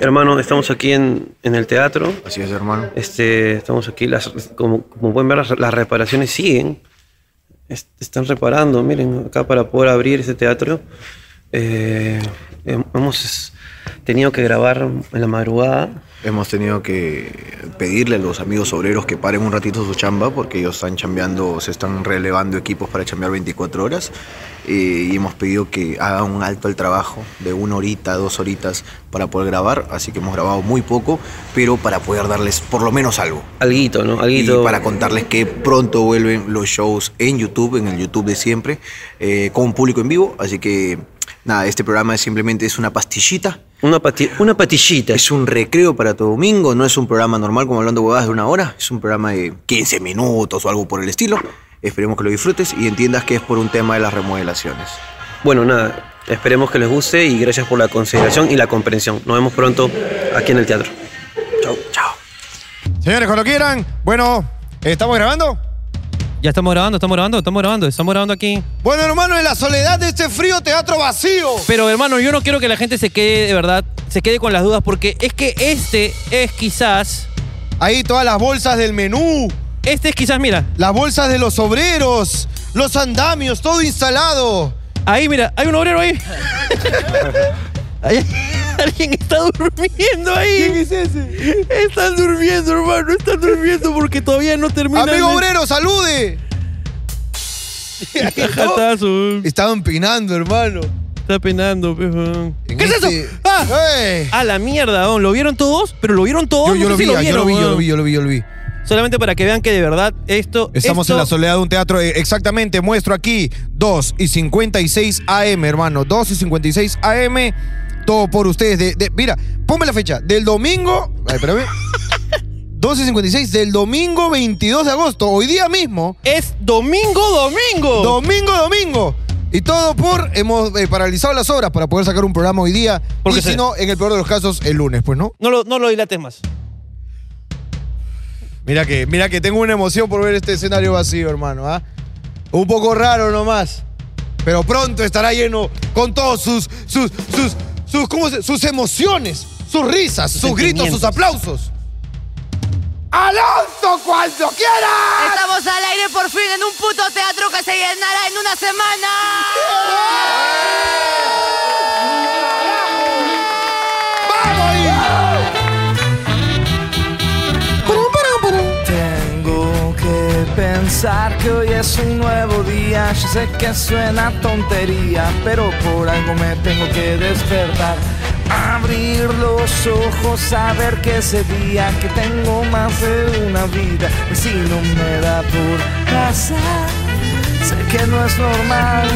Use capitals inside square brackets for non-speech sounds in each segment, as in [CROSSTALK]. Hermano, estamos aquí en, en el teatro. Así es, hermano. Este, estamos aquí, las, como, como pueden ver, las, las reparaciones siguen. Est- están reparando, miren, acá para poder abrir este teatro. Eh, hem- hemos es- tenido que grabar en la madrugada. Hemos tenido que pedirle a los amigos obreros que paren un ratito su chamba porque ellos están chambeando, se están relevando equipos para chambear 24 horas eh, y hemos pedido que hagan un alto al trabajo de una horita, dos horitas para poder grabar, así que hemos grabado muy poco, pero para poder darles por lo menos algo. Alguito, ¿no? Alguito. Y para contarles que pronto vuelven los shows en YouTube, en el YouTube de siempre, eh, con público en vivo. Así que, nada, este programa es simplemente es una pastillita. Una, pati- una patillita. Es un recreo para tu domingo. No es un programa normal como hablando huevadas de una hora. Es un programa de 15 minutos o algo por el estilo. Esperemos que lo disfrutes y entiendas que es por un tema de las remodelaciones. Bueno, nada, esperemos que les guste y gracias por la consideración y la comprensión. Nos vemos pronto aquí en el teatro. Chau. Chao. Señores, cuando quieran. Bueno, ¿estamos grabando? Ya estamos grabando, estamos grabando, estamos grabando, estamos grabando aquí. Bueno, hermano, en la soledad de este frío teatro vacío. Pero hermano, yo no quiero que la gente se quede, de verdad, se quede con las dudas, porque es que este es quizás, Ahí todas las bolsas del menú, este es quizás, mira, las bolsas de los obreros, los andamios, todo instalado. ahí mira, hay un [LAUGHS] obrero ahí. Ahí- Alguien está durmiendo ahí. ¿Quién es ese? Están durmiendo, hermano, están durmiendo porque todavía no termina. Amigo el- obrero, salude. Jatazo, Estaban pinando, hermano. está penando, pejo. En ¿Qué es eso? este- ¡Ah! ¡Ey! A la mierda, don. ¿Lo vieron todos? Pero lo vieron todos. Yo, No yo sé lo si vi, yo lo vieron, vi, yo weón. lo vi, yo lo vi, yo lo vi. Solamente para que vean que de verdad esto. Estamos en la esto- soledad de un teatro. eh, Exactamente, muestro aquí 2 y 56 AM, hermano. 2 y 56 AM. Todo por ustedes. De, de- mira, ponme la fecha. Del domingo. Ay, [LAUGHS] espérame. 2 y 56 del domingo 22 de agosto. Hoy día mismo. Es domingo, domingo. Domingo, domingo. Y todo por. Hemos eh, paralizado las obras para poder sacar un programa hoy día. Porque y si se- no, en el peor de los casos, el lunes, pues, ¿no? no, lo, no lo dilates más. Mira que, mira que tengo una emoción por ver este escenario vacío, hermano. ¿ah? Un poco raro nomás. Pero pronto estará lleno con todos sus, sus, sus, sus, ¿cómo se- sus emociones, sus risas, sus gritos, sus sentimientos. aplausos. ¡Alonso cuando quiera! Estamos al aire por fin en un puto teatro que se llenará en una semana. ¡Vamos! ahí! Tengo que pensar que hoy es un nuevo día. Yo sé que suena tontería, pero por algo me tengo que despertar. Abrir los ojos, saber que ese día que tengo más de una vida. Y si no me da por pasar, sé que no es normal.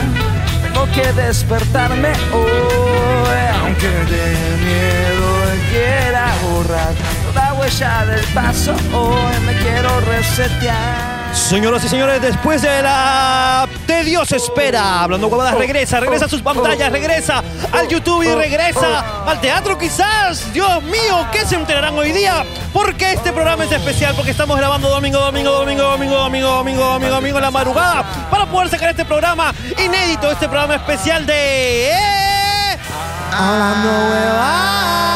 Tengo que despertarme hoy, aunque de miedo quiera borrar toda huella del paso. Hoy me quiero resetear. Señoras y señores, después de la tediosa espera, Hablando Guabadas regresa, regresa a sus pantallas, regresa al YouTube y regresa al teatro quizás. Dios mío, ¿qué se enterarán hoy día? Porque este programa es especial, porque estamos grabando domingo, domingo, domingo, domingo, domingo, domingo, domingo, domingo en la madrugada para poder sacar este programa inédito, este programa especial de... eh, Hablando huevada,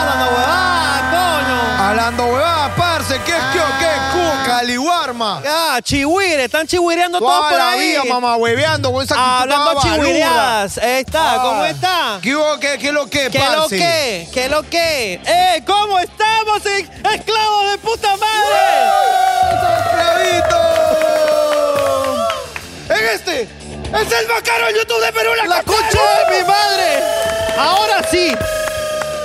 hablando huevada, coño. Hablando huevada, parce, que es que o qué cuca, liguarma. Ah, chihuire, están chihuireando todos Toda por la ahí. Ah, vida, mamá, hueveando con esa actitud Hablando toda baluda. chihuireadas. Ahí está, ¿cómo está? Ah, ¿Qué, hubo, qué, qué lo que, ¿Qué parce? lo que? ¿Qué lo que? ¡Eh, cómo estamos, eh, esclavos de puta madre! ¡Clavito! ¡En este! ¡Es el bacaro en YouTube de Perú! ¡La concha de mi madre! Ahora sí,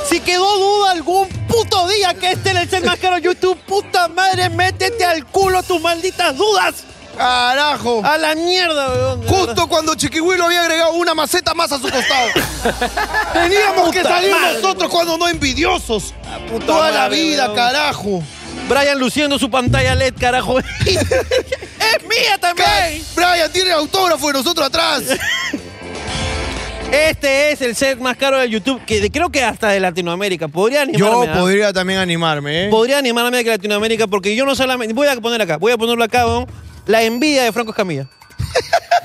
si quedó duda algún puto día que este es el más caro YouTube, puta madre, métete al culo tus malditas dudas. ¡Carajo! A la mierda, weón. Justo cuando Chiquihuilo había agregado una maceta más a su [LAUGHS] costado. Teníamos que Puta salir madre. nosotros cuando no envidiosos. Toda la madre, vida, weón. carajo. Brian luciendo su pantalla LED, carajo. [LAUGHS] ¡Es mía también! ¿Qué? Brian tiene autógrafo de nosotros [LAUGHS] atrás. Este es el set más caro de YouTube, que de- creo que hasta de Latinoamérica. Podría animarme. ¿ah? también animarme, ¿eh? Podría animarme de que Latinoamérica, porque yo no solamente. Voy a [LAUGHS] poner acá, voy a ponerlo acá, weón, La envidia de Franco Escamilla.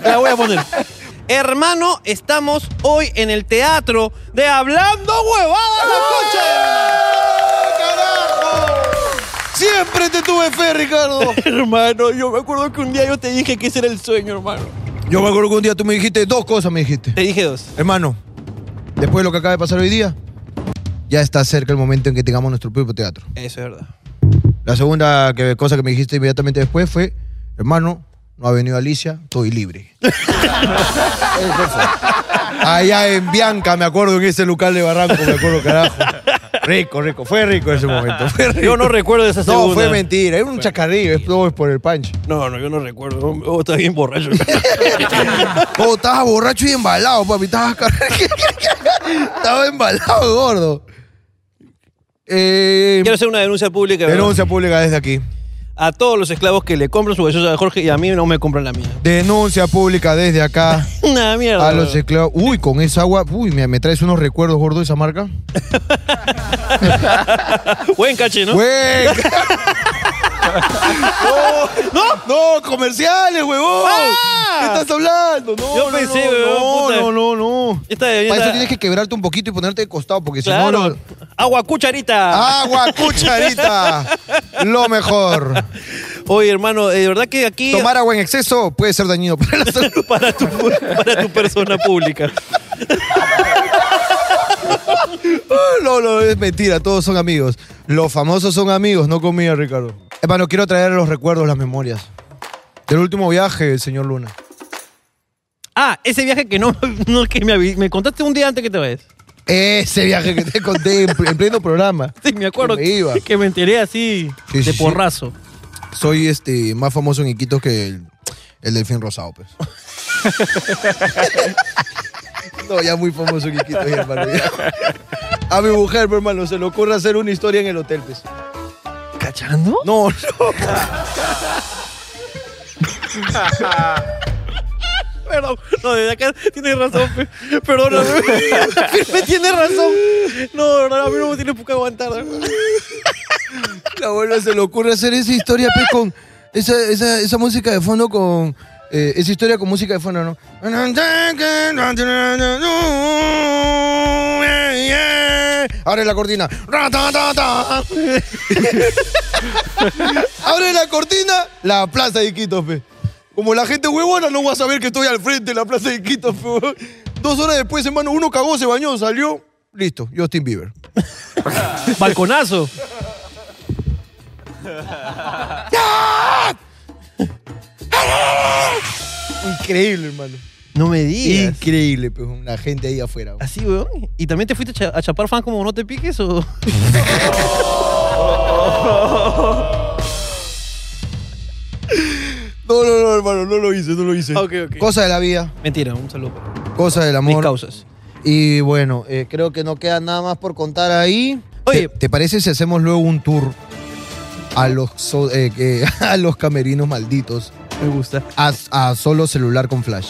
La voy a poner. Hermano, estamos hoy en el teatro de Hablando Huevadas la Concha. de la Lora. Siempre te tuve fe, Ricardo. Hermano, yo me acuerdo que un día yo te dije que ese era el sueño, hermano. [LAUGHS] Yo me acuerdo que un día tú me dijiste dos cosas, me dijiste. Te dije dos. Hermano, después de lo que acaba de pasar hoy día, ya está cerca el momento en que tengamos nuestro propio teatro. Eso es verdad. La segunda que- cosa que me dijiste inmediatamente después fue, hermano, no ha venido Alicia, estoy libre. Eso fue. Allá en Bianca, me acuerdo, en ese local de Barranco, me acuerdo, carajo. Rico, rico, fue rico ese momento. fue rico. Yo no recuerdo esa segunda. No, fue mentira, era un chacarrillo, es todo es por el pancho. No, no, yo no recuerdo. Oh, está bien borracho. [LAUGHS] Oh, estabas borracho y embalado, papi. Estabas car- [LAUGHS] Estaba embalado, gordo. Eh, Quiero hacer una denuncia pública. ¿verdad? denuncia pública desde aquí. A todos los esclavos que le compran su besosa a Jorge y a mí no me compran la mía. Denuncia pública desde acá. Una mierda. A los bro. esclavos. Ah, Uy, con esa agua. Uy, me, me traes unos recuerdos, gordo, esa marca. Buen caché, ¿no? Güey. [LAUGHS] no, no, comerciales, huevón. Ah. ¿Qué estás hablando? No, Yo no, pensé, no, huevón, puta. No, no, no, no. Esta- esta- Para eso tienes que quebrarte un poquito y ponerte de costado, porque si no, Claro. no. Agua cucharita. Agua, cucharita. Lo mejor. [LAUGHS] Oye, hermano, eh, de verdad que aquí. Tomar agua en exceso puede ser dañino para la salud. para tu, para tu persona pública. Ah, No, no, es mentira, todos son amigos. Los famosos son amigos, no comida, Ricardo. Hermano, quiero traer los recuerdos, las memorias. Del último viaje del señor Luna. Ah, ese viaje que no, no que me, avi- me contaste un día antes que te vayas. Ese viaje que te conté en, pl- en pleno programa. Sí, me acuerdo Que me iba. que me enteré así Sí, de sí, sí. porrazo. Soy este, más famoso en Iquitos que el, el delfín rosado, pues. [LAUGHS] no, ya muy famoso en Iquitos, ya, hermano. ya. A mi mujer, pues, hermano, se le ocurre hacer una historia en el hotel, pues. ¿Cachando? No, no. Perdón, no, desde acá tienes razón. pe- [LAUGHS] Perdóname. Firme tiene razón. No, de verdad, a mí no me tiene por qué aguantar. [LAUGHS] La abuela se le ocurre hacer esa historia pues, con esa, esa, esa música de fondo con. eh, esa historia con música de fondo, ¿no? Abre la cortina. Ratatata. Abre la cortina, la plaza de Iquitos, pe. Como la gente huevona no va a saber que estoy al frente de la plaza de Iquitos, pe, huevón. Dos horas después, hermano, uno cagó, se bañó, salió. Listo, Justin Bieber. Balconazo. Increíble, hermano. No me digas. Increíble, pues, la gente ahí afuera. güey. Así, weón. ¿Y también te fuiste a, cha- a chapar fan como no te piques o.? [LAUGHS] No, no, no, hermano, no lo hice, no lo hice. Ok, ok. Cosa de la vida, Mentira, un saludo. cosa del Mis amor. causas. Y bueno, eh, creo que no queda nada más por contar ahí. Oye. ¿Te, te parece si hacemos luego un tour a los, so- eh, que- [LAUGHS] a los camerinos malditos? Me gusta. A, a solo celular con flash.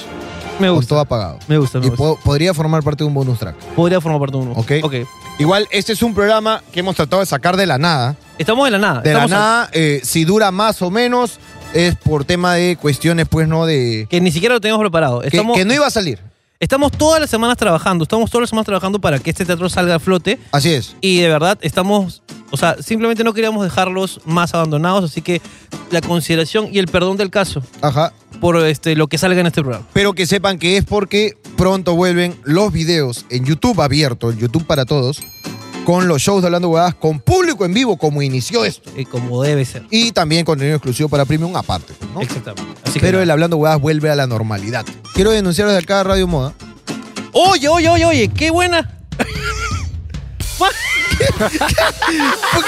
Me Con gusta. todo apagado. Me gusta, me y gusta. po- podría formar parte de un bonus track. Podría formar parte de uno. Ok. Ok. Igual, este es un programa que hemos tratado de sacar de la nada. Estamos en la nada. De la Estamos a- nada, eh, si dura más o menos, es por tema de cuestiones, pues, ¿no? De. Que ni siquiera lo teníamos preparado. que- Estamos, que no iba a salir. estamos todas las semanas trabajando. Estamos todas las semanas trabajando para que este teatro salga a flote. Así es. Y de verdad, estamos. O sea, simplemente no queríamos dejarlos más abandonados. Así que la consideración y el perdón del caso Ajá. por este, lo que salga en este programa. Pero que sepan que es porque pronto vuelven los videos en YouTube abierto, el YouTube para todos, con los shows de Hablando Huevadas, con público en vivo, como inició esto. eh, como debe ser. Y también contenido exclusivo para Premium aparte, ¿no? Exactamente. Así que Pero nada. el Hablando Huevadas vuelve a la normalidad. Quiero denunciar desde acá a Radio Moda. Oye, oye, oye, oye, qué buena.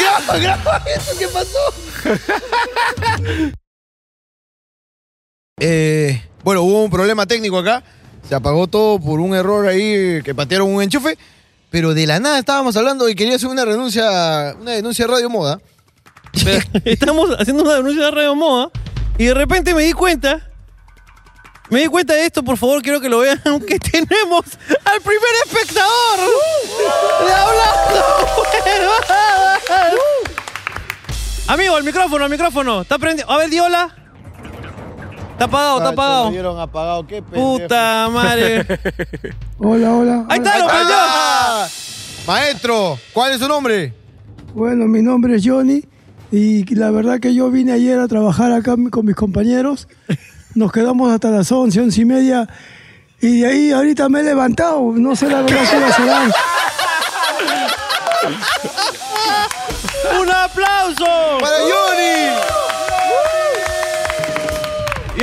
¡Graba, graba eso! ¿Qué pasó? [LAUGHS] Eh, bueno, hubo un problema técnico acá. Se apagó todo por un error ahí que patearon un enchufe. Pero de la nada estábamos hablando y quería hacer una renuncia, una denuncia a Radio Moda. Pero [LAUGHS] estamos haciendo una denuncia de Radio Moda y de repente me di cuenta. Me di cuenta de esto, por favor, quiero que lo vean, [LAUGHS] que tenemos al primer espectador de Hablando Huevadas. Amigo, al micrófono, al micrófono. Está prendido. A ver, di hola. Está apagado, está apagado. dieron apagado, qué pendejo. Puta madre. Hola, hola. Ahí está, lo perdió. ¡Ah! Maestro, ¿cuál es su nombre? Bueno, mi nombre es Johnny y la verdad que yo vine ayer a trabajar acá con mis compañeros. Nos quedamos hasta las 11, 11 y media y de ahí ahorita me he levantado. No sé la verdad si la serán. ¡Un aplauso! ¡Para Johnny!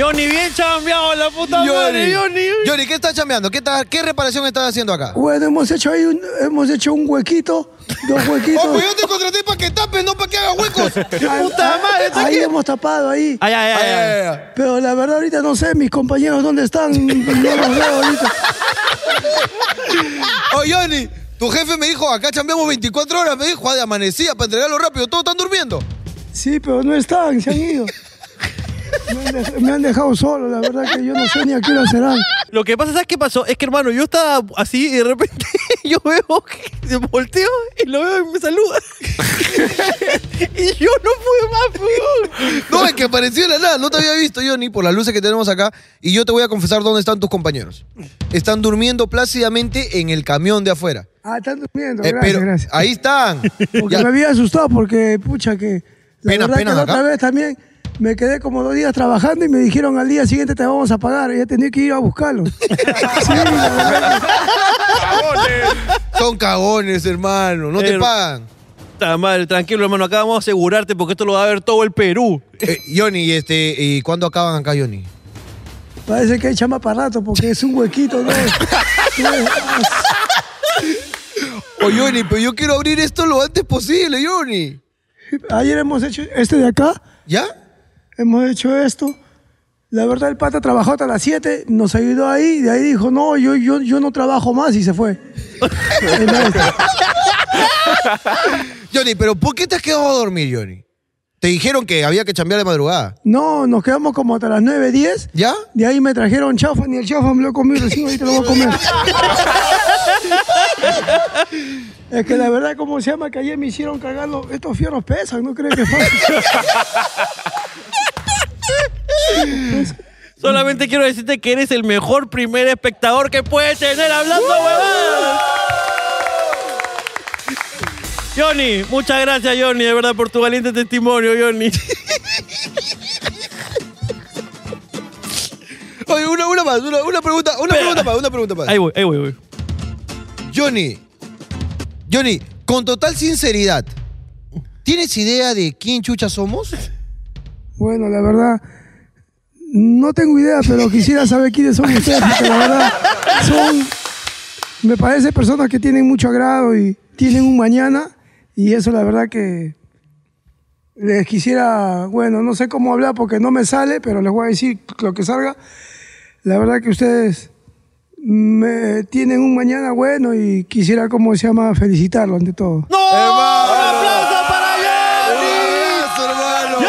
Johnny, bien chambeado, la puta madre, Johnny. Johnny, ¿qué estás chambeando? ¿Qué, estás- qué reparación estás haciendo acá? Bueno, hemos hecho ahí un, hemos hecho un huequito, dos [LAUGHS] Oh, huequitos. pues yo te contraté para que tapes, no para que hagas huecos. Ahí- puta madre, está Ahí aquí. hemos tapado ahí. Ay, ay, ay, ay. Pero la verdad ahorita no sé mis compañeros dónde están. No los veo ahorita. Oh, Johnny, tu jefe me dijo, acá chambeamos 24 horas, me dijo, "Ah, de amanecía para entregarlo rápido, todos están durmiendo. Sí, pero no están, se han ido. Me han, dej- me han dejado solo, la verdad que yo no sé ni a qué hora serán. Lo que pasa, ¿sabes qué pasó? Es que, hermano, yo estaba así y de repente [LAUGHS] yo veo que se volteo y lo veo y me saluda. [LAUGHS] y yo no pude más, weón. No, es que apareció de la nada, no te había visto, Johnny, por las luces que tenemos acá. Y yo te voy a confesar dónde están tus compañeros. Están durmiendo plácidamente en el camión de afuera. Ah, están durmiendo, Eh, gracias, pero gracias. ahí están. [LAUGHS] Porque Ya. me había asustado porque, pucha, que la Pena, verdad pena que la acá. otra vez también me quedé como dos días trabajando y me dijeron al día siguiente te vamos a pagar y ya tenía que ir [LAUGHS] a buscarlo. Sí, la verdad que- Son cagones, hermano, no te Eh, pagan. Puta madre, tranquilo, hermano, acá vamos a asegurarte porque esto lo va a ver todo el Perú. Eh, Johnny, ¿y este, ¿y cuándo acaban acá, Johnny? parece que hay chama para rato porque es un [LAUGHS] huequito, ¿no? ah, Oh, Johnny, pero yo quiero abrir esto lo antes posible, Johnny. Ayer hemos hecho este de acá. ¿Ya? hemos hecho esto. La verdad, el pata trabajó hasta las 7, nos ayudó ahí, y de ahí dijo, no, yo, yo, yo no trabajo más y se [LAUGHS] fue. En esto. Johnny, pero ¿por qué te has quedado a dormir, Johnny? Te dijeron que había que chambear de madrugada. no, nos quedamos como hasta las 9, 10. ¿Ya? De ahí me trajeron chaufan y el chaufan me lo he comido recién, ahorita lo voy a comer. es que la verdad, ¿cómo se llama? Que ayer me hicieron cagar los- estos fierros pesan, ¿no crees que es fácil? Solamente quiero decirte que eres el mejor primer espectador que puede tener hablando, huevadas. Johnny, muchas gracias, Johnny, de verdad, por tu valiente testimonio, Johnny. Oye, una, una más, una, una pregunta, una pregunta más, una pregunta más. Ahí voy, ahí voy, ahí voy. Johnny, Johnny, con total sinceridad, ¿tienes idea de quién chucha somos? Bueno, la verdad, no tengo idea, pero quisiera saber quiénes son ustedes, porque la verdad son, me parece, personas que tienen mucho agrado y tienen un mañana, y eso la verdad que les quisiera, bueno, no sé cómo hablar porque no me sale, pero les voy a decir lo que salga. La verdad que ustedes me, tienen un mañana bueno y quisiera, como se llama, felicitarlo ante todo. ¡No! ¡Un aplauso para ¡Abrazo, hermano!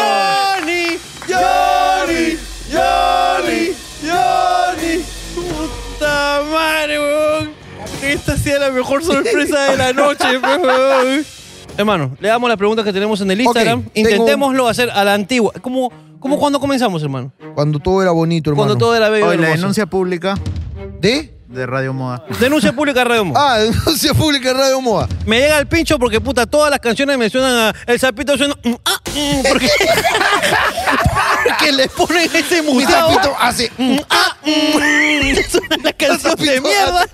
Johnny! ¡Johnny! ¡Johnny! ¡Johnny! ¡Puta madre, weón! Esta ha sido la mejor sorpresa de la noche, pues, weón. Hermano, le damos las preguntas que tenemos en el Instagram. tengo- Intentémoslo hacer a la antigua. ¿Cómo, cómo cuando comenzamos, hermano? Cuando todo era bonito, hermano. Cuando todo era bello. Hoy y la hermoso. denuncia pública ¿De? de Radio Moda. Denuncia pública, Radio Mo. Ah, [LAUGHS] denuncia pública en Radio Moa. Me llega el pincho porque, puta, todas las canciones mencionan a El Sapito suena. mm, ah, mm, porque, [LAUGHS] porque le ponen ese Mi museo. zapito hace... mm, ¡Ah! mm, Suena la canción zapito de mierda.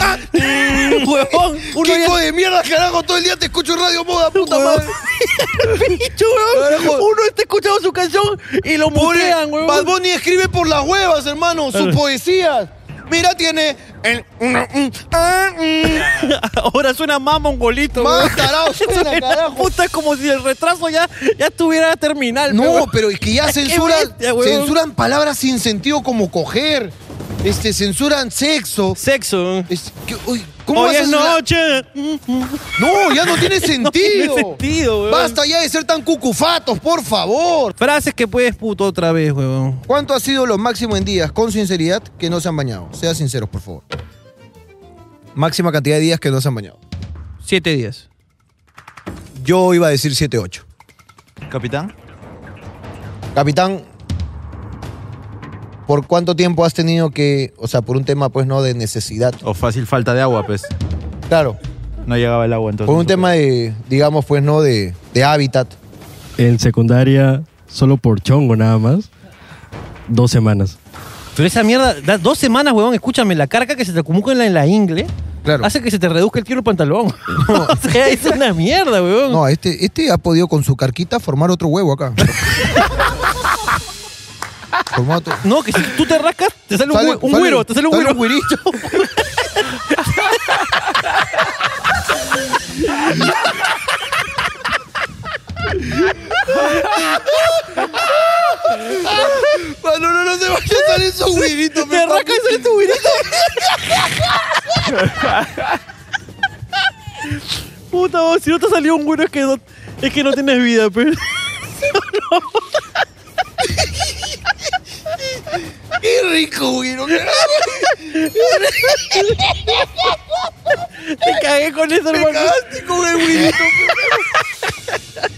¡Ah! mm, [LAUGHS] Huevón. Uno ¿Qué ya hijo de mierda, carajo? Todo el día te escucho en Radio Moda, puta Huevón, madre. [LAUGHS] pincho, huevón. Carajo. Uno está escuchando su canción y lo mutean, huevón. Eh. Bad Bunny escribe por las huevas, hermano, sus poesías. Mira, tiene el... [LAUGHS] Ahora suena más Ah, mm. mongolito, Más [LAUGHS] huevón. tarado suena, carajo. Puta, es como si el retraso ya, ya estuviera terminal. No, Eh, huevón. pero es que ya Qué censuran, bestia, huevón. censuran palabras sin sentido como coger, este, censuran sexo. Sexo. Es- que- uy, ¿Cómo vas Hoy a es censurar? noche. Mm, mm. No, ya [LAUGHS] no tiene sentido. sentido, huevón. Basta ya de ser tan cucufatos, por favor. Frases que puedes puto otra vez, huevón. ¿Cuánto ha sido lo máximo en días, con sinceridad, que no se han bañado? Sean sinceros, por favor. Máxima cantidad de días que no se han bañado. Siete días. Yo iba a decir 7-8. Capitán. Capitán, ¿Por cuánto tiempo has tenido que, o sea, por un tema pues no de necesidad? O fácil falta de agua, pues. Claro, No llegaba el agua entonces. por un tema de, digamos pues no de, de hábitat. En secundaria, solo por chongo nada más, dos semanas. Pero esa mierda, da dos semanas, huevón, escúchame, la carga que se te acumula en la, en la ingle Claro. hace que se te reduzca el tiro del pantalón. [LAUGHS] o sea, es una mierda, huevón. No, este, este ha podido con su carquita formar otro huevo [LAUGHS] acá. Formó otro- No, que si tú te rascas, te sale un, Sale- güe- un sale- güiro, te sale un sale güiro. un güirito. Mano, no, no se vaya a salir esos güiritos. Te rascas y sale tu güirito. Puta, vos, si no te salió un güiro es que no, es que no tienes vida, pero... Qué rico güiro. Te cagué con eso, hermano. con el güirito.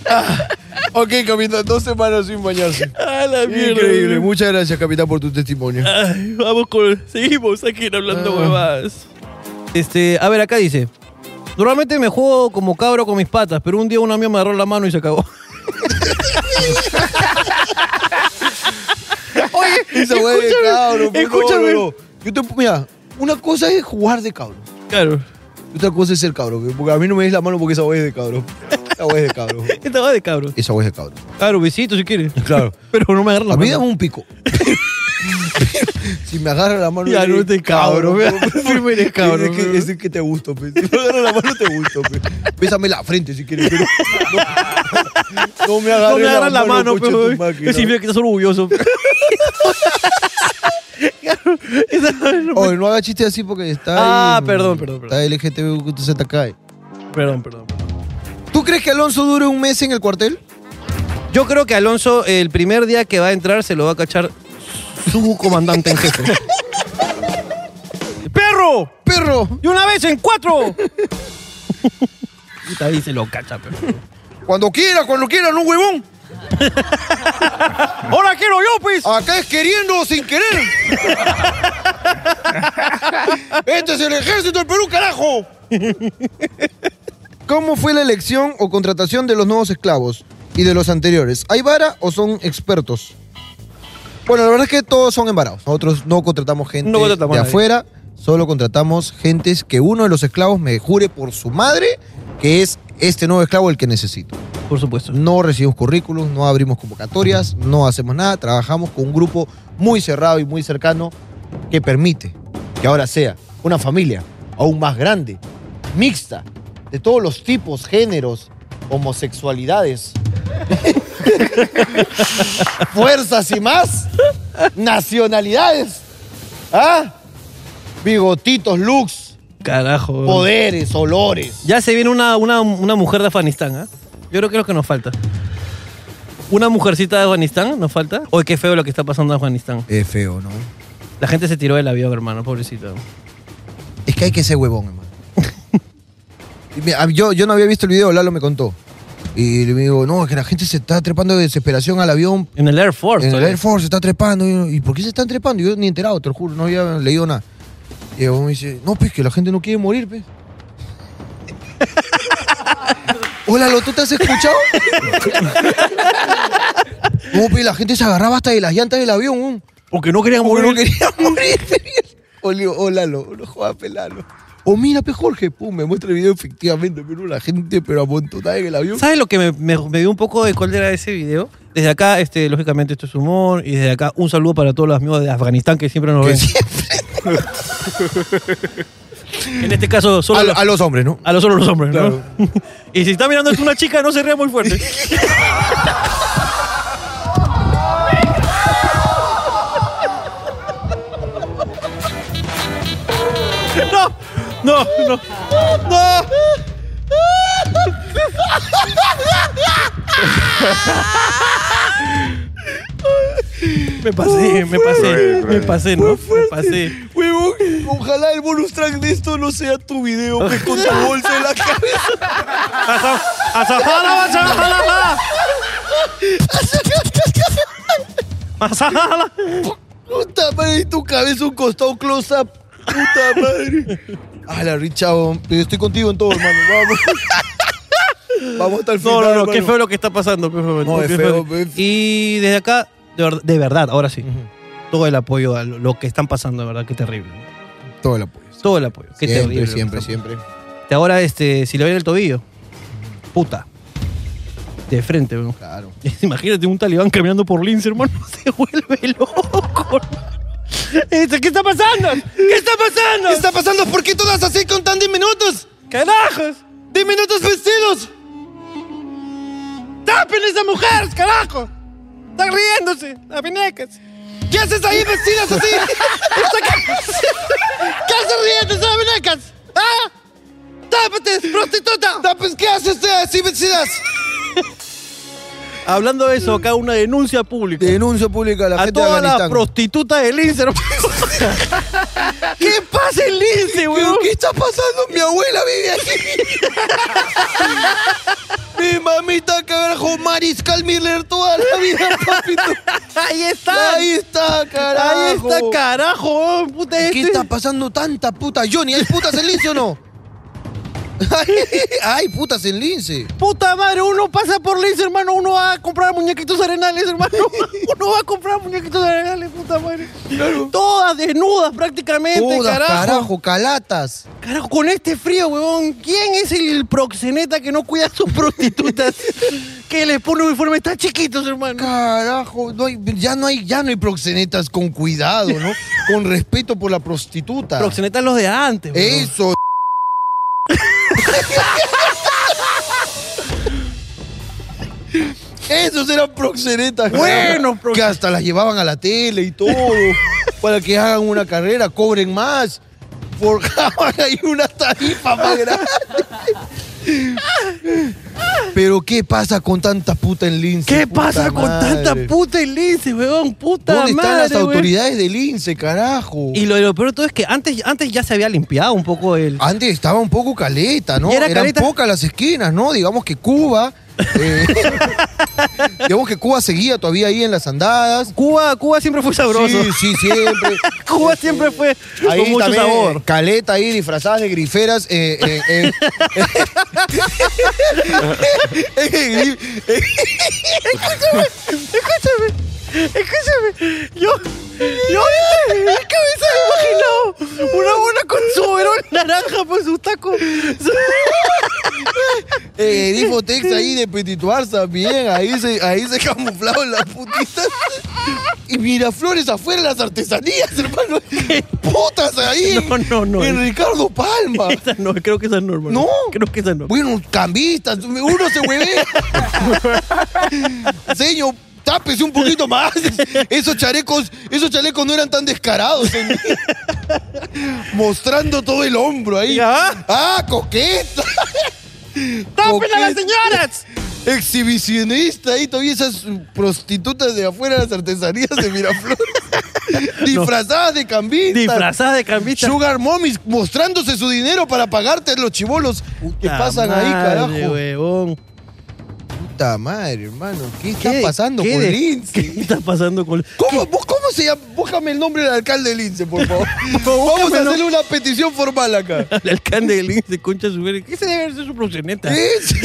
Ah, ok, capitán, dos semanas sin bañarse. A la mierda. Increíble. huevón. Muchas gracias, capitán, por tu testimonio. Ay, vamos con... Seguimos aquí hablando Ah. huevadas. Este, a ver, acá dice... Normalmente me juego como cabro con mis patas, pero un día un amigo me agarró la mano y se acabó. [LAUGHS] [LAUGHS] Esa hueá de Escúchame, cabro, pues, no, escúchame. no, no. Yo te, mira, una cosa es jugar de cabro. Claro. y Otra cosa es ser cabro. que- Porque a mí no me des la mano porque esa hueá es de cabro. Esa hueá es de cabro. Esta va de cabro. Esa hueá es de cabro. Claro, besito si quieres. [LAUGHS] Claro. Pero no me agarra la A mí mano. dame un pico. [LAUGHS] si me agarra la mano. Ya yo no soy te cabro, pues, vea. [LAUGHS] pues, [LAUGHS] Firme eres cabro, Es pues. que, es que te gusto, pues. Si me agarra la mano, te gusto, pues. Bésame la frente si quieres. Pero [LAUGHS] no, no me agarres No me agarran la mano, coche, pero tu máquina. eso significa que estás orgulloso. Claro, esa- Oye, no hagas chistes así porque está Ah, ahí, mm, perdón, perdón, perdón. Está LGTBQZK. [LAUGHS] Perdón, perdón. ¿Tú crees que Alonso dure un mes en el cuartel? Yo creo que Alonso, el primer día que va a entrar, se lo va a cachar su comandante en jefe. [LAUGHS] ¡Perro! ¡Perro! ¡Y una vez en cuatro! Puta, ahí se lo cacha, pero. Cuando quiera, cuando quiera, no huevón. ¡Ahora quiero yo, pues! Acá es queriendo o sin querer. [LAUGHS] este es el ejército del Perú, carajo. ¿Cómo fue la elección o contratación de los nuevos esclavos y de los anteriores? ¿Hay vara o son expertos? Bueno, la verdad es que todos son embarados. Nosotros no contratamos gente No contratamos de a nadie. afuera, solo contratamos gentes que uno de los esclavos me jure por su madre que es este nuevo esclavo el que necesito. Por supuesto. No recibimos currículos, no abrimos convocatorias, no hacemos nada. Trabajamos con un grupo muy cerrado y muy cercano que permite que ahora sea una familia aún más grande, mixta, de todos los tipos, géneros, homosexualidades, [LAUGHS] fuerzas y más, nacionalidades, ¿ah? bigotitos, looks, Carajo. poderes, olores. Ya se viene una, una, una mujer de Afganistán, ¿ah? Yo creo que es lo que nos falta. Una mujercita de Afganistán nos falta. Oye, qué feo lo que está pasando en Afganistán. Es feo, ¿no? La gente se tiró del avión, hermano, pobrecito. Es que hay que ser huevón, hermano. Y mira, yo, yo no había visto el video, Lalo me contó. Y le digo, no, es que la gente se está trepando de desesperación al avión. En el Air Force. En el oye. Air Force se está trepando. Y, yo, ¿Y por qué se están trepando? Yo ni enterado, te lo juro, no había leído nada. Y el huevón me dice, no, pues que la gente no quiere morir, pues. [LAUGHS] Hola, Lalo, ¿tú te has escuchado? [LAUGHS] no, pues la gente se agarraba hasta de las llantas del avión. huevón. Porque no querían Porque morir. no quería [LAUGHS] morir. O le digo, oh, Lalo, no jodas, pe, Lalo. O mira, pe, Jorge, pum, me muestra el video efectivamente, pero la gente, pero amontonada en el avión. ¿Sabes lo que me, me, me dio un poco de cólera de ese video? Desde acá, este, lógicamente, esto es humor. Y desde acá, un saludo para todos los amigos de Afganistán que siempre nos Que ven. siempre- [LAUGHS] En este caso, solo a, los- a los hombres, ¿no? a los solo los hombres, ¿no? [LAUGHS] y si está mirando es una chica, no se ría muy fuerte. [LAUGHS] no, no, no, no. [LAUGHS] Me pasé, me pasé, me pasé, ¿no? Me pasé. Huevón, ojalá el bonus track de esto no sea tu video, [LAUGHS] pe, con tu bolsa en la cabeza. Azafala, azafala. Azafala. Puta madre, y tu cabeza un costado close-up. Puta madre. A la Richabón, estoy contigo en todo, hermano. [LAUGHS] Vamos. Vamos hasta el No, final. no, no, qué hermano. feo lo que está pasando. pues, hermano. No, es Qué feo, feo. Y desde acá, de, ver- de verdad, ahora sí, todo el apoyo a lo, lo que están pasando, de verdad, qué terrible. Todo el apoyo. Todo el apoyo, qué Siempre, terrible. lo que siempre, está siempre. pasando. Ahora, este, si le ven el tobillo, puta. De frente, weón. Claro. [LAUGHS] Imagínate un talibán caminando por Lince, hermano. [LAUGHS] Se vuelve loco. Este, ¿Qué está pasando? ¿Qué está pasando? ¿Qué está pasando? ¿Por qué todas así con tan de minutos? ¡Carajos! ¡De minutos vestidos! ¡Tapen a esa mujer, carajo! ¡Están riéndose, las venecas! ¿Qué haces ahí vestidas [LAUGHS] así? Está ca- ¿Qué haces riendo, esas venecas? ¿Ah? ¡Tápate, prostituta! ¿Tápes qué haces eh, así vestidas? Hablando de eso, acá una denuncia pública. Denuncia pública a la a gente de todas las Afganistán. prostitutas del Lince. hermano. ¿Qué pasa en Lince, weón? ¿Qué está pasando? Mi abuela vive aquí. [LAUGHS] Mi mamita, carajo, Mariscal Miller toda la vida, papito. [LAUGHS] Ahí está. Ahí está, carajo. Ahí está, carajo, weón, puta. este ¿Qué está pasando tanta puta? Johnny, ¿hay putas en lince o [LAUGHS] no? Hay putas en lince. Puta madre, uno pasa por Lince, hermano, uno va a comprar muñequitos arenales, [LAUGHS] hermano. Uno va a comprar muñequitos arenales, puta madre. Todas desnudas prácticamente, Todas, carajo. carajo, calatas. Carajo, con este frío, weón, [LAUGHS] ¿quién es el proxeneta que no cuida a sus [LAUGHS] prostitutas? que les pone uniforme, están chiquitos, hermano. Carajo, no hay- ya, no hay, ya no hay proxenetas con cuidado, [LAUGHS] ¿no? con respeto por la prostituta. Proxenetas los de antes, weón. Eso. Esos eran proxenetas. Buenos Que hasta las llevaban a la tele y todo. para que hagan una carrera, cobren más. Forjaban ahí una tarifa más grande. Pero ¿qué pasa con tanta puta en Lince? ¿Qué puta pasa con madre? tanta puta en Lince, weón? Puta ¿Dónde están madre, las weón. autoridades del INSE, carajo? Y lo, lo peor de todo es que antes, antes ya se había limpiado un poco el... Antes estaba un poco caleta, ¿no? Y era Eran caleta. pocas las esquinas, ¿no? Digamos que Cuba. eh, [LAUGHS] digamos que Cuba seguía todavía ahí en las andadas. Cuba, Cuba siempre fue sabroso. Sí, sí, [LAUGHS] siempre. Cuba siempre fue Ahí con mucho también, sabor. Caleta ahí disfrazadas de griferas. eh, eh, eh. [LAUGHS] Escúchame, escúchame, escúchame. Yo, yo en mi cabeza me he imaginado una buena con su verón naranja por su taco. Eh, Difotex ahí de Petit Tuars también, ahí se, ahí se camuflaban las putitas. Y Miraflores afuera las artesanías, hermano. Putas ahí. No, no, no. En Ricardo [LAUGHS] Palma. Esa no, creo que esa no, hermano. No. Creo que esa no. Bueno, cambistas, uno se huevea. Señor, tápese un poquito más. Esos chalecos, esos chalecos no eran tan descarados. señor. Mostrando todo el hombro ahí. Ya. ¡Ah, coqueta! ¡Tapen a las Coqueta. señoras! Exhibicionista ahí, todavía esas prostitutas de afuera de las artesanías de [LAUGHS] Miraflores. Disfrazadas de cambistas. Disfrazadas de cambistas. Sugar mommies mostrándose su dinero para pagarte los chibolos que pasan ahí, carajo. Huevón. Puta madre, hermano. ¿Qué, ¿Qué- está pasando qué con de- Lince? ¿Qué está pasando con ¿Cómo, vos- ¿Cómo se llama? Búscame el nombre del alcalde de Lince, por [LAUGHS] favor. Vamos a hacerle una petición formal acá. el alcalde de Lince, concha su verga? Ese debe ser su proxeneta. ¿Qué? Ese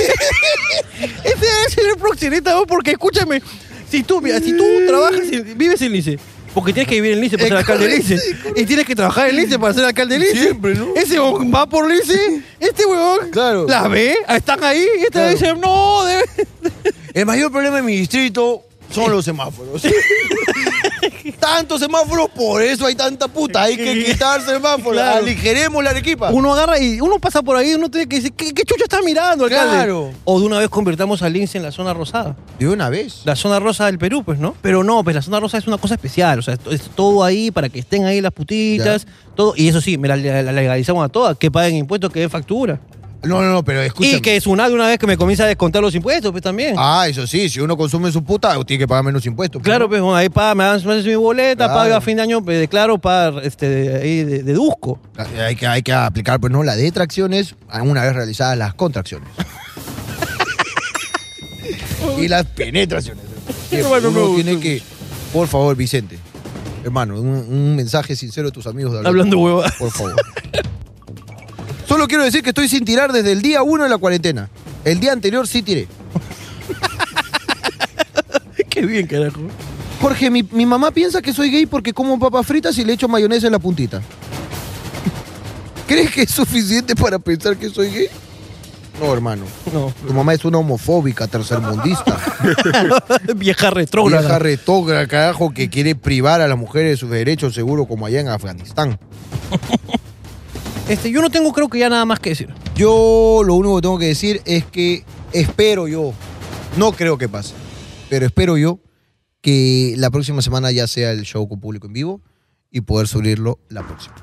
debe ser el proxeneta, vos, porque escúchame, si tú, mira, si tú trabajas, en- vives en Lice, porque tienes que vivir en Lice para ser Mm. Es alcalde de Lice, correcto, y tienes que trabajar en Lice para ser alcalde de Lice. Siempre, ¿no? Ese huevón va por Lice, este huevón Claro. la ve, están ahí, y este dice, no, debe... El mayor problema en mi distrito son los [LAUGHS] semáforos. Tantos semáforos, por eso hay tanta puta. Hay que quitar semáforos. Claro. Aligeremos la Arequipa. Uno agarra y uno pasa por ahí, uno tiene que decir, ¿qué, qué chucha está mirando, alcalde? Claro. O de una vez convertamos a Lince en la zona rosada. De una vez. La zona rosa del Perú, pues, ¿no? Pero no, pues la zona rosa es una cosa especial. O sea, es- es todo ahí para que estén ahí las putitas, todo. Y eso sí, me la, la- la legalizamos a todas, que paguen impuestos, que den factura. No, no, no, pero escúchame. Y que es una de una vez que me comienza a descontar los impuestos, pues también. Ah, eso sí, si uno consume su puta, tiene que pagar menos impuestos. Claro, pues bueno, ahí paga, me dan me haces mi boleta, Claro. paga a fin de año, pues, declaro para este, de- ahí de- deduzco. Hay que, hay que aplicar, pues no, las detracciones a una vez realizadas las [LAUGHS] contracciones. y las penetraciones. Que Bueno, me uno gusta tiene que. Por favor, Vicente. hermano, un, un mensaje sincero de tus amigos de Hablando huevo. hueva. Por favor. [LAUGHS] Solo quiero decir que estoy sin tirar desde el día uno de la cuarentena. El día anterior sí tiré. [LAUGHS] Qué bien, carajo. [LAUGHS] Jorge, mi, mi mamá piensa que soy gay porque como papas fritas y le echo mayonesa en la puntita. [LAUGHS] ¿Crees que es suficiente para pensar que soy gay? No, hermano. No. Tu mamá es una homofóbica, [LAUGHS] tercermundista. Vieja retrógrada. Vieja retrógrada, carajo, que quiere privar a las mujeres de sus derechos, seguro, como allá en Afganistán. Este, yo no tengo, creo que ya nada más que decir. Yo lo único que tengo que decir es que espero yo, no creo que pase, pero espero yo que la próxima semana ya sea el show con público en vivo y poder subirlo la próxima.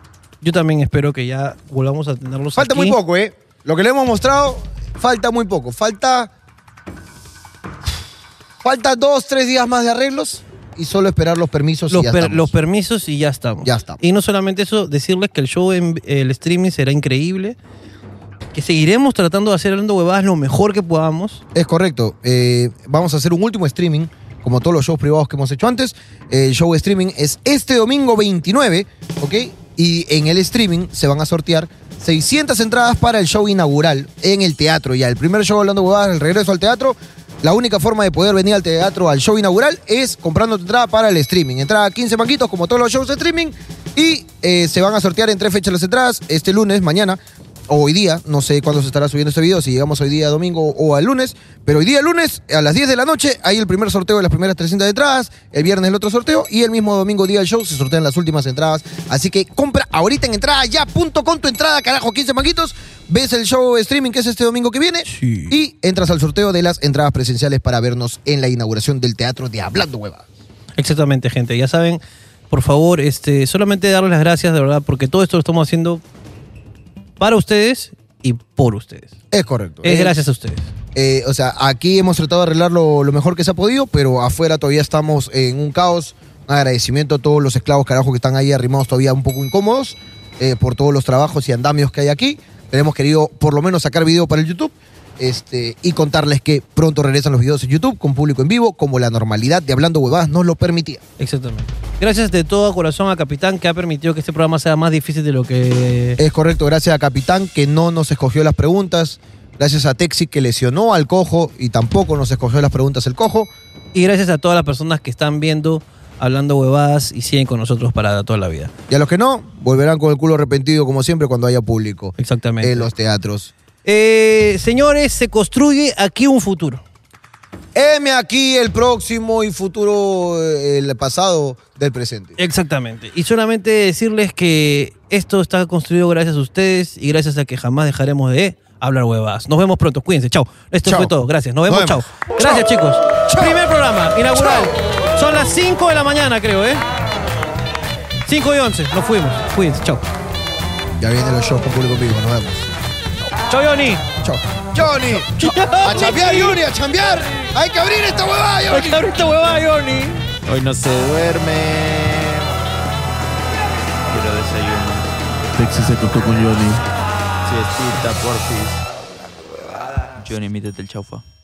Yo también espero que ya volvamos a Pues tenerlos Falta aquí. muy poco, ¿eh? Lo que le hemos mostrado, falta muy poco. Falta. Falta dos, tres días más de arreglos y solo esperar los permisos. y Los, ya per- estamos. los permisos y ya estamos. Ya estamos. Y no solamente eso, decirles que el show en el streaming será increíble. Que seguiremos tratando de hacer hablando huevadas lo mejor que podamos. Es correcto. Eh, vamos a hacer un último streaming, como todos los shows privados que hemos hecho antes. El show streaming es este domingo 29, ¿ok? Y en el streaming se van a sortear 600 entradas para el show inaugural en el teatro. Ya el primer show hablando huevadas, el regreso al teatro. La única forma de poder venir al teatro, al show inaugural, es comprando tu entrada para el streaming. Entrada 15 manguitos, como todos los shows de streaming. Y eh, se van a sortear en tres fechas las entradas, este lunes, mañana, o hoy día, no sé cuándo se estará subiendo este video, si llegamos hoy día domingo o al lunes, pero hoy día lunes a las 10 de la noche hay el primer sorteo de las primeras 300 entradas, el viernes el otro sorteo y el mismo domingo día del show se sortean las últimas entradas, así que compra ahorita en entrada ya, punto con tu entrada, carajo, 15 manguitos, ves el show streaming que es este domingo que viene y entras al sorteo de las entradas presenciales para vernos en la inauguración del teatro de Hablando Hueva. Exactamente, gente. Ya saben, por favor, este, solamente darles las gracias, de verdad, porque todo esto lo estamos haciendo para ustedes y por ustedes. Es correcto. Es gracias a ustedes. Eh, o sea, aquí hemos tratado de arreglarlo lo mejor que se ha podido, pero afuera todavía estamos en un caos. Un agradecimiento a todos los esclavos, carajo, que están ahí arrimados todavía un poco incómodos eh, por todos los trabajos y andamios que hay aquí. Pero hemos querido por lo menos sacar video para el YouTube este, y contarles que pronto regresan los videos en YouTube con público en vivo, como la normalidad de Hablando Huevadas nos lo permitía. Exactamente. Gracias de todo corazón a Capitán que ha permitido que este programa sea más difícil de lo que Es correcto, gracias a Capitán que no nos escogió las preguntas. Gracias a Texi que lesionó al cojo y tampoco nos escogió las preguntas el cojo. Y gracias a todas las personas que están viendo, hablando huevadas y siguen con nosotros para toda la vida. Y a los que no, volverán con el culo arrepentido como siempre cuando haya público Exactamente. en los teatros. Eh, señores, se construye aquí un futuro. Heme aquí el próximo y futuro, eh, el pasado del presente. Exactamente. Y solamente decirles que esto está construido gracias a ustedes y gracias a que jamás dejaremos de hablar huevadas. Nos vemos pronto. Cuídense. Chao. Esto Chao. fue todo. Gracias. Nos vemos. Nos vemos. Chao. Gracias, chicos. Primer programa, inaugural. Son las 5 de la mañana, creo, ¿eh? 5 y 11. Nos fuimos. Cuídense. Chao. Ya vienen los shows con público vivo, nos vemos. Chao, Johnny. Chao. Johnny, a chambear, Johnny, a chambear. Hay que abrir esta huevada, Johnny. Hay que abrir esta huevada, Johnny. Hoy no se duerme. Quiero desayunar. Texas se tocó con Johnny. Siestita, porfis. Johnny, mítate el chaufa.